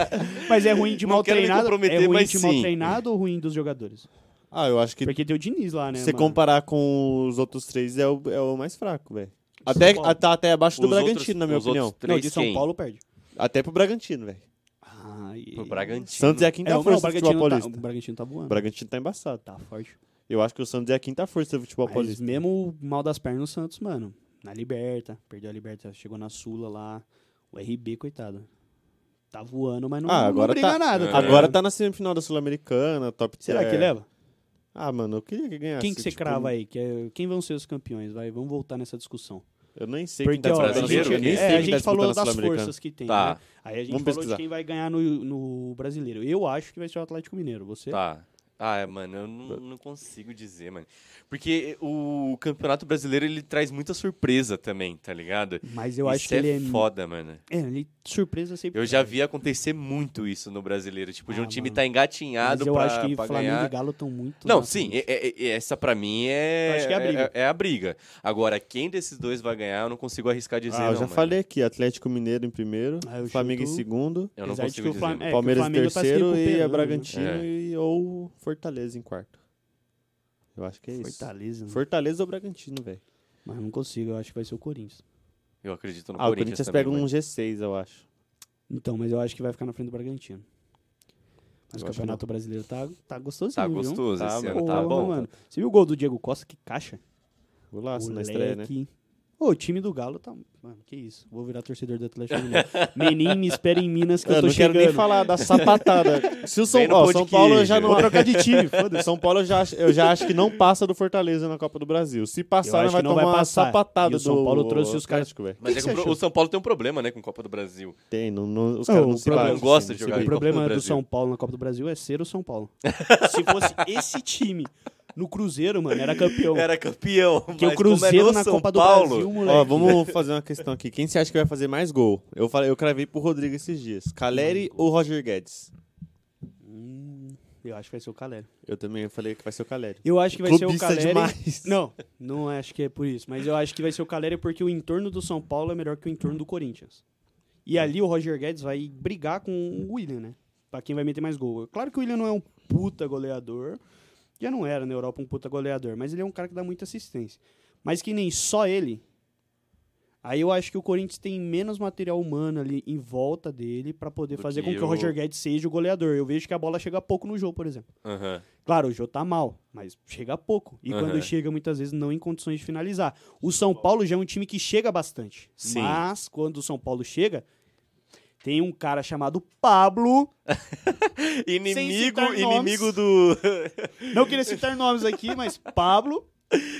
mas é ruim de
Não
mal
quero me
treinado?
comprometer,
É ruim
mas
de mal
sim.
treinado ou ruim dos jogadores?
Ah, eu acho que
Porque tem o Diniz lá, né,
se você
mano?
comparar com os outros três, é o, é o mais fraco, velho.
São
Até,
Paulo.
tá até abaixo do
Os outros-
Bragantino, na minha
os outros
opinião.
Não,
três,
de São
quem?
Paulo perde.
Até pro Bragantino, velho.
Ah, e...
Pro Bragantino.
Santos é a quinta
É, o, não, o
força do futebol
Bragantino, tá, o
paulista.
Bragantino tá
O
voando.
Bragantino tá embaçado.
Tá forte.
Eu acho que o Santos é a quinta força do futebol
Mas
paulista.
mesmo o mal das pernas, o Santos, mano, na Liberta, perdeu a Liberta, chegou na Sula lá, o RB, coitado. Tá voando, mas não,
Ah,
não
agora
briga
tá-
nada.
É.
tá
Agora
ligado?
tá na semifinal da Sul-Americana, top
Será que
é.
leva?
Ah, mano, eu queria que
É,
ganhasse.
Quem que você
tipo,
crava aí? Que é- Quem vão ser os campeões? Vai, vamos voltar nessa discussão.
Eu nem sei
Porque,
quem tá
ó, a
disputando
brasileiro,
gente,
Sul-Americana, nem
é,
sei
a
quem tá
gente falou
disputando a
das
Sul-Americana.
forças que tem,
Tá.
né? Aí a gente
Vamos
falou
pesquisar.
né? de quem vai ganhar no, no brasileiro. Eu acho que vai ser o Atlético Mineiro. Você?
Tá. Ah, é, mano, eu não, não consigo dizer, mano. Porque o Campeonato Brasileiro, ele traz muita surpresa também, tá ligado?
Mas eu
Isso
acho que
é
ele é.
foda, mano.
É, ele surpresa sempre.
Eu já vi acontecer muito isso no Brasileiro. Tipo, de um
Ah,
time
mano.
tá
Mas
engatinhado
eu
pra,
acho que
pra
Flamengo
ganhar.
e Galo estão muito.
Não,
na
sim,
frente.
é- é- é- essa pra mim é.
Eu acho que é a briga.
é- é a briga. Agora, quem desses dois vai ganhar, eu não consigo arriscar dizer.
ah, eu
não,
já
mano.
falei aqui, Atlético Mineiro em primeiro,
Ah, eu
Flamengo
chuto-
em segundo,
Eu não
Apesar de
consigo
que o
dizer.
Flam-
mano.
é, que o
Palmeiras em
Flamengo tá se
terceiro e a
recuperando, né?
Bragantino
É.
e ou Fortaleza em quarto. Eu acho que é isso.
Fortaleza. né?
Fortaleza ou Bragantino, velho.
Mas eu não consigo, eu acho que vai ser o Corinthians.
Eu acredito no
Ah, o Corinthians
também,
pega
mano.
um G6, eu acho.
Então, mas eu acho que vai ficar na frente do Bragantino. Mas
Eu
o
acho
Campeonato Brasileiro tá, tá gostosinho,
Tá
viu?
gostoso
Tá,
esse
mano,
ano,
Ô,
tá bom.
Mano. Você viu o gol do Diego Costa? Que caixa.
Golaço na
Moleque.
estreia, né?
Ô, o time do Galo tá... Mano, que isso. Vou virar torcedor do Atlético Mineiro. Menino, me espera em Minas que eu,
Eu
tô
Ah, não
chegando.
quero nem falar da sapatada. Se o São,
Vem no
ó,
pão de
São Paulo eu
queijo.
já não
Vou
trocar de time. Foda-se. São Paulo eu já, acho, eu já acho que não passa do Fortaleza na Copa do Brasil. Se
Eu
passar,
acho
vai
que não
tomar
vai
uma
passar.
sapatada
E o São
do
Paulo trouxe os caras-
Atlético, velho.
Mas
que
é
que
que o
você
Pro- o
achou?
São Paulo tem um problema, né, com Copa do Brasil.
Tem, não, não- os
Não,
caras
o
não se
problema-
batem.
Não gosta
assim,
de
não se
jogar
O
Copa
bicam.
do
problema é do
Brasil.
São Paulo na Copa do Brasil é ser o São Paulo. Se fosse esse time no Cruzeiro, mano, era campeão.
Era campeão,
Porque
mas
o Cruzeiro
como é no
na
São
Copa
Paulo,
do Brasil, moleque.
Ó, vamos fazer uma questão aqui. Quem você acha que vai fazer mais gol? Eu, falei, eu cravei pro Rodrigo esses dias. Caleri ou Roger Guedes?
Hum, eu acho que vai ser o Caleri.
Eu também falei que vai ser o Caleri.
Eu acho que vai ser o
Clubista
Caleri.
demais.
Não, não acho que é por isso. Mas eu acho que vai ser o Caleri porque o entorno do São Paulo é melhor que o entorno do Corinthians. E ali o Roger Guedes vai brigar com o William, né? Pra quem vai meter mais gol. Claro que o William não é um puta goleador. Já não era na Europa um puta goleador. Mas ele é um cara que dá muita assistência. Mas que nem só ele. Aí eu acho que o Corinthians tem menos material humano ali em volta dele pra poder
Do
fazer
que
com que o
o-
Roger Guedes seja o goleador. Eu vejo que a bola chega pouco no jogo, por exemplo.
Aham.
Claro, o Jô tá mal, mas chega pouco. E
Aham.
quando chega, muitas vezes não em condições de finalizar. O São Paulo já é um time que chega bastante.
Sim.
Mas quando o São Paulo chega, tem um cara chamado Pablo.
Inimigo,
citar nomes.
inimigo do...
Não queria citar nomes aqui, mas Pablo,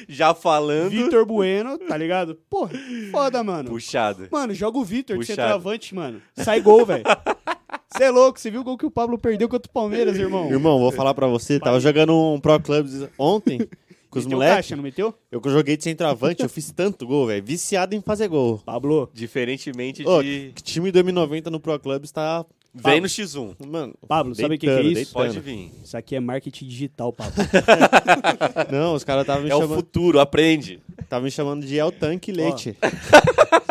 Já Tá falando,
Vitor Bueno, tá ligado? Porra, foda, mano.
puxado.
Mano, joga o Vitor de
Puxado.
centroavante, mano. Sai gol, velho. Você é louco, você viu o gol que o Pablo perdeu contra o Palmeiras, irmão?
Irmão, vou falar pra você. Tava jogando um Pro Clubs ontem com os
Meteu
moleques.
caixa, não meteu?
Eu que joguei de centroavante, eu fiz tanto gol, velho. Viciado em fazer gol.
Pablo,
Diferentemente
Ô,
de...
que time do M90 no Pro Clubs tá.
Vem no X1.
Mano.
Pablo, sabe o que, que é
Deitando,
isso?
Pode
Tana.
vir.
Isso aqui é marketing digital, Pablo.
Não, os caras estavam me,
É o
um.
chamando-
futuro, aprende.
tava me chamando de El Tanque Leite.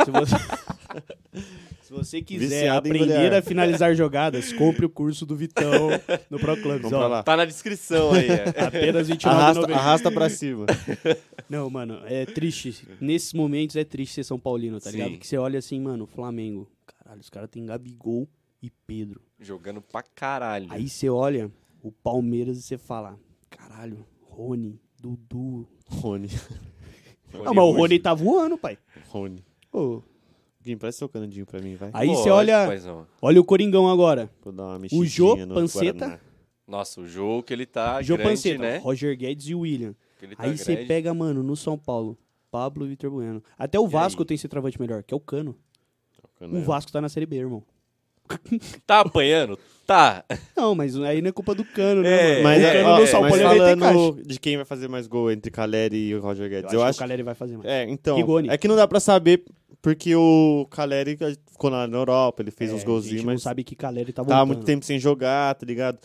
Se você, Se você quiser
Viciado em
aprender
golear.
a finalizar jogadas, compre o curso do Vitão no ProClubs.
Vamos pra lá.
Tá na descrição aí. é.
Apenas R$ 29,90.
Arrasta, arrasta pra cima.
Não, mano, é triste. Nesses momentos é triste ser São Paulino, tá
Sim.
ligado? Que você olha assim, mano, Flamengo. Caralho, os caras têm Gabigol e Pedro.
Jogando pra caralho.
Aí você olha o Palmeiras e você fala, caralho, Rony, Dudu.
Rony.
Rony
Não, mas o
Ruiz.
Rony tá voando, pai.
Rony.
Ô,
Guim, presta seu canudinho pra mim, vai.
Aí
Pô,
você olha,
paizão.
olha o Coringão agora.
Vou dar uma mexidinha
O Jô
no
Panceta.
Guaraná.
Nossa, o jogo que ele tá
Jô
grande,
Panceta,
né?
Roger Guedes e William.
Que ele tá
Aí você
grande.
pega, mano, no São Paulo, Pablo e Vitor Bueno. Até o Vasco tem centroavante melhor, que é o Cano. O Vasco tá na Série B, irmão.
Tá apanhando? Tá.
Não, mas aí não é culpa do Cano, né, mano?
É,
Mas,
o
é,
Cano
ó,
no São
mas
Paulo ele vai ter caixa.
falando de quem vai fazer mais gol entre Caleri e o Roger Guedes.
Eu, acho, que o Caleri vai fazer mais.
É, então.
Rigoni.
É que não dá pra saber, porque o Caleri ficou lá na Europa, ele fez uns
É, a
golzinhos,
gente não
mas
sabe que Caleri tá voltando.
tava muito tempo sem jogar, tá ligado?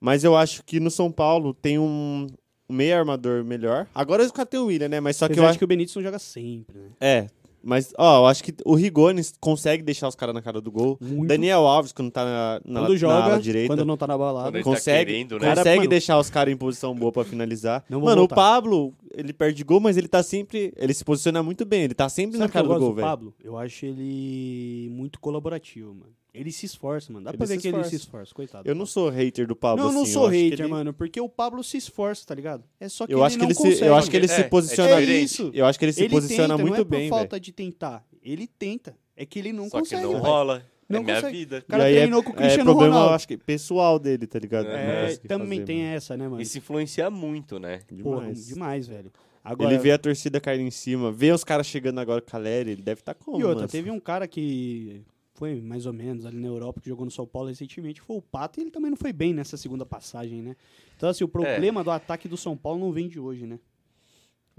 Mas eu acho que no São Paulo tem um um meio armador melhor. Agora os caras têm o Willian, né? Mas só que
Apesar
eu
de
acho.
que o Benítez não joga sempre, né?
É. Mas, ó, eu acho que o Rigoni consegue deixar os caras na cara do gol.
Muito.
Daniel Alves, quando tá na, na,
quando
na
joga,
ala direita.
quando não tá na balada.
Quando ele tá
consegue,
querendo, né?
consegue
Cara, mano-
deixar os caras em posição boa pra finalizar.
Não vou
mano,
voltar.
o Pablo, ele perde gol, mas ele tá sempre. Ele se posiciona muito bem, ele tá
Sabe
sempre na
o que eu
cara do
gosto
gol,
do
velho.
Pablo? Eu acho ele muito colaborativo, mano. Ele se esforça, mano. Dá
Ele
pra ver
se
que ele
esforça.
se esforça, coitado.
Eu não sou hater do Pablo.
Não, eu não
assim,
sou
acho que
hater,
ele-
mano, porque o Pablo se esforça, tá ligado? É só que
Eu
ele
acho que
não
ele
consegue.
se, eu acho que ele
É,
se
é
posiciona.
É
diferente.
isso.
Eu acho que ele se posiciona
tenta,
muito
não é por
bem, velho.
falta de tentar. Ele tenta. É que ele não
Só que
consegue.
não
velho.
rola. é
Não
minha
consegue.
vida.
cara
E aí
treinou
é,
com o Cristiano
é problema,
Ronaldo.
eu acho que pessoal dele, tá ligado?
É,
Não
É,
sei o que
também
fazer,
tem
mano.
essa, né, mano?
Isso influencia muito, né?
Porra,
Demais.
demais, velho. Agora,
Ele vê a torcida caindo em cima, vê os caras chegando agora com a Leri, ele deve estar tá como,
e outra, um
mano?
teve um cara que foi mais ou menos ali na Europa, que jogou no São Paulo recentemente, foi o Pato e ele também não foi bem nessa segunda passagem, né? Então, assim, o
É.
problema do ataque do São Paulo não vem de hoje, né?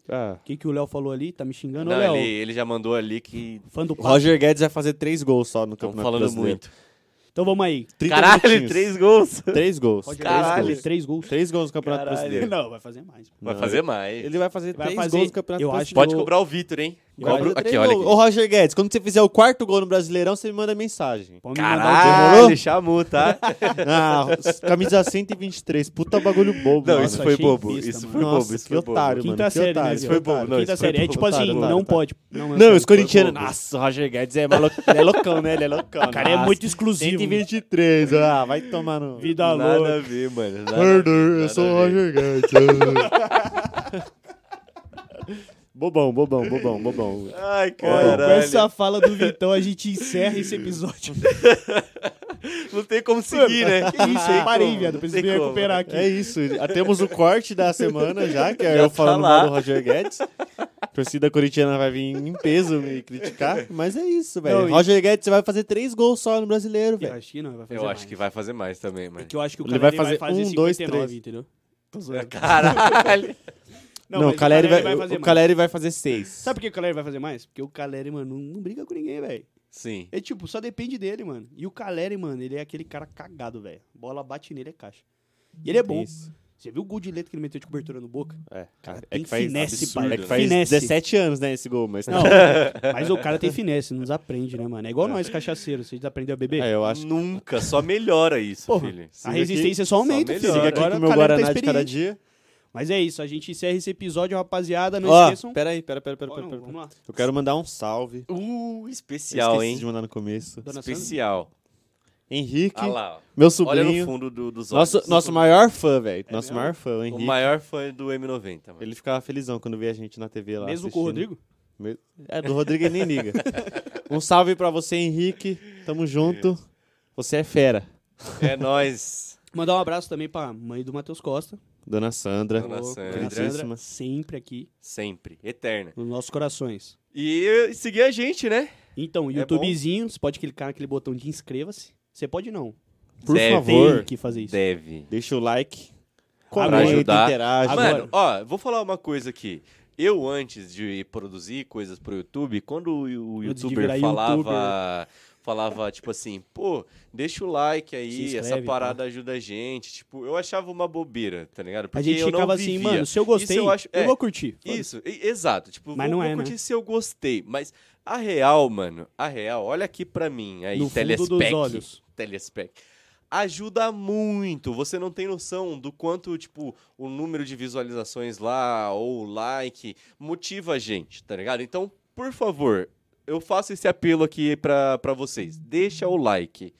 Ah,
O que, que o Léo falou ali? Tá me xingando,
Não,
Ô, Léo?
ele, ele já mandou ali que
Fã do
o
Pato.
Roger Guedes vai fazer três gols só no
estão
campeonato
falando
brasileiro.
muito.
Então vamos aí.
30
Caralho,
minutinhos.
três gols.
Três gols.
Roger
Caralho.
Guedes, três gols.
Três gols no Campeonato
Caralho.
Brasileiro.
Não, vai fazer mais. pô.
Vai
Não,
fazer mais.
Ele vai fazer
Vai
três
fazer-
gols no Campeonato
eu acho
Brasileiro.
Pode
Eu-
cobrar o Vitor, hein?
Vai
Cobra...
fazer
Aqui, olha
Ô,
aqui.
Roger Guedes, quando você fizer o quarto gol no Brasileirão, você me manda mensagem.
Pode me mandar o
Caralho, chamou, tá?
Ah, camisa 123. Puta bagulho bobo.
Não,
mano.
isso
Nossa,
foi
achei
bobo.
besta,
Isso
mano.
foi
Nossa,
bobo. Isso
que
foi bobo.
otário,
Quinta
mano. que
série,
otário.
né,
Isso
Zé?
foi bobo.
Não,
Quinta
isso foi
série. É
bobo.
tipo assim,
Otário,
não
otário,
pode. Não, é não,
Não,
não.
os corintianos.
bobo.
Nossa, o Roger Guedes é, maluco, ele é loucão, né? Ele é loucão.
O cara é
Nossa,
muito exclusivo.
123. Ah, vai tomar no.
Vida
Nada
louca.
a ver, mano. Nada a ver,
Murder,
nada
eu
a
sou o
ver.
Roger Guedes. bobão, bobão, bobão, bobão.
Ai,
Olha, com
caralho.
essa fala do Vitão, a gente encerra esse episódio.
Não tem como seguir, né?
Que isso,
Não tem
eu parei,
como,
viado.
não
Preciso
tem
me
como.
recuperar aqui.
É isso. Ah, Temos o corte da semana já, que é
Já
eu
tá
falando
lá.
mal do Roger Guedes. A torcida corintiana vai vir em peso me criticar. Mas é isso, velho.
Não, e-
Roger Guedes vai fazer três gols só no brasileiro,
Eu
velho.
acho que não, vai fazer
Eu acho
mais.
que vai fazer mais também,
É
mano.
que eu acho que o
Ele
Caleri
vai
vai fazer,
fazer um, dois,
59,
três.
entendeu? É,
Caralho.
Não,
mas
o Caleri vai, o
fazer mais.
Caleri vai fazer seis.
Sabe por que o Caleri vai fazer mais? Porque o Caleri, mano, não, não briga com ninguém, velho.
Sim.
É tipo, só depende dele, mano. E o Caleri, mano, ele é aquele cara cagado, velho. Bola bate nele, é caixa. E ele é bom.
Isso.
Você viu o gol de letra que ele meteu de cobertura no boca?
É, cara, é
Tem
que faz,
finesse,
absurdo,
pai.
é que faz
Finesse.
17 anos, né, esse gol. Mas
Não, mas o cara tem finesse, não desaprende, né, mano? É igual nós, cachaceiros. Vocês aprendeu a beber?
É, eu acho
Nunca, só melhora isso,
Porra,
filho.
a
aqui-
resistência é só
só
aumenta, filho.
melhora.
Fica aqui
Agora
com o
o
meu
Caleri tá
Guaraná de cada
experiente.
dia.
Mas é isso, a gente encerra esse episódio, rapaziada. Não
Ó,
esqueçam.
peraí, pera, pera, pera,
Ó, não,
pera, pera.
vamos lá.
Eu quero mandar um salve.
Uh,
Eu
especial,
esqueci
hein?
de mandar no começo.
Dona Sandra?
Especial.
Henrique,
Ah lá, ó.
meu
Olha no
sobrinho.
fundo do, dos olhos.
Nosso, nosso maior fã, velho. nosso
mesmo?
maior fã, o
O
Henrique.
maior foi do M90, mano.
Ele ficava felizão quando via a gente na TV lá.
Mesmo com o
assistindo.
Rodrigo?
Me- É, do Rodrigo ele nem liga. um salve pra você, Henrique. Tamo junto. Você é fera.
É nóis.
Mandar um abraço também pra mãe do Matheus Costa.
Dona Sandra.
Dona Sandra.
Queridíssima.
sempre aqui
Sempre. Eterna.
nos nossos corações.
E eh, seguir a gente, né?
Então,
É
YouTubezinho, você pode clicar naquele botão de inscreva-se. Você pode não.
Por
Deve.
favor,
Tem que fazer isso.
Deve.
deixa o like.
Agora-
Comenta,
ajudar.
interage.
Agora-
Mano, ó, vou falar uma coisa aqui. Eu, antes de produzir coisas pro YouTube, quando o o
Antes de
youtuber
virar
falava. Falava, tipo assim, pô, deixa o like aí,
Se inscreve,
essa parada ajuda a gente. Tipo, eu achava uma bobeira, tá ligado? Porque
a gente
eu não
ficava assim,
vivia.
mano, se eu gostei,
Isso eu
eu,
acho- é.
vou curtir. Foda-se.
Isso, e- exato. Tipo,
Mas
vou,
não é,
vou curtir
né?
se eu gostei. Mas a real, mano, a real, olha aqui pra mim, aí,
No fundo dos
É telespec.
olhos.
Telespec. Ajuda muito. Você não tem noção do quanto, tipo, o número de visualizações lá ou like motiva a gente, tá ligado? Então, por favor, eu faço esse apelo aqui pra, pra vocês. Deixa o like.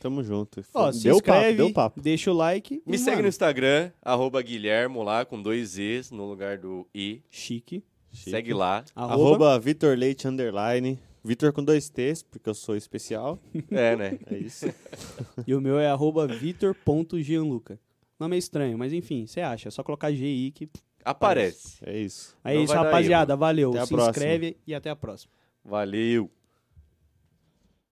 Tamo junto.
Ó, se
deu
inscreve,
papo, deu papo.
deixa o like.
Me
e,
segue
mano,
no Instagram, arroba Guilhermo lá, com dois E's no lugar do I.
Chique.
Chique.
Segue lá.
Arroba.
Arroba Vitor Leite, underline. Vitor com dois T's, porque eu sou especial.
É, né?
É isso.
E o meu é arroba vitor.gianluca. Nome é estranho, mas enfim, você acha. É só colocar GI que...
Aparece.
É isso.
É
Não
isso,
vai dar
rapaziada. valeu.
Até a
Se
próxima.
inscreve e até a próxima.
Valeu!